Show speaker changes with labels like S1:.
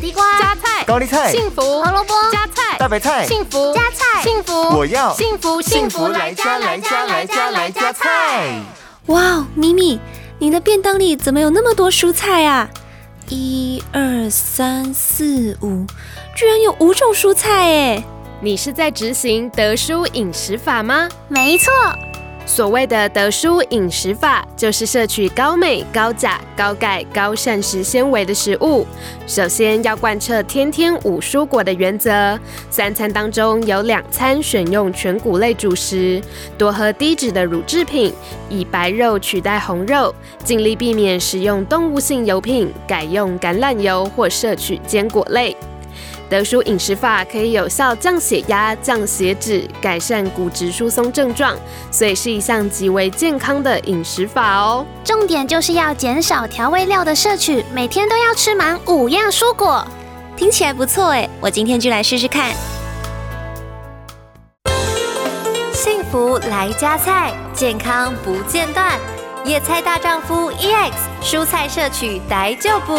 S1: 地瓜、
S2: 加菜、
S3: 高丽菜、
S2: 幸福、
S1: 胡萝卜、
S2: 加菜、
S3: 大白菜、
S2: 幸福、
S1: 加菜
S2: 幸福，
S3: 我要
S2: 幸福
S3: 幸福来家来家来家来家菜。
S4: 哇哦，咪咪，你的便当里怎么有那么多蔬菜啊？一二三四五，居然有五种蔬菜哎！
S2: 你是在执行德叔饮食法吗？
S1: 没错，
S2: 所谓的德叔饮食法，就是摄取高镁、高钾、高钙、高膳食纤维的食物。首先要贯彻天天五蔬果的原则，三餐当中有两餐选用全谷类主食，多喝低脂的乳制品，以白肉取代红肉，尽力避免使用动物性油品，改用橄榄油或摄取坚果类。德叔饮食法可以有效降血压、降血脂，改善骨质疏松症状，所以是一项极为健康的饮食法哦。
S1: 重点就是要减少调味料的摄取，每天都要吃满五样蔬果。
S4: 听起来不错哎，我今天就来试试看。
S5: 幸福来加菜，健康
S4: E
S5: 不间断。野菜大丈夫 EX，蔬菜摄取来就补。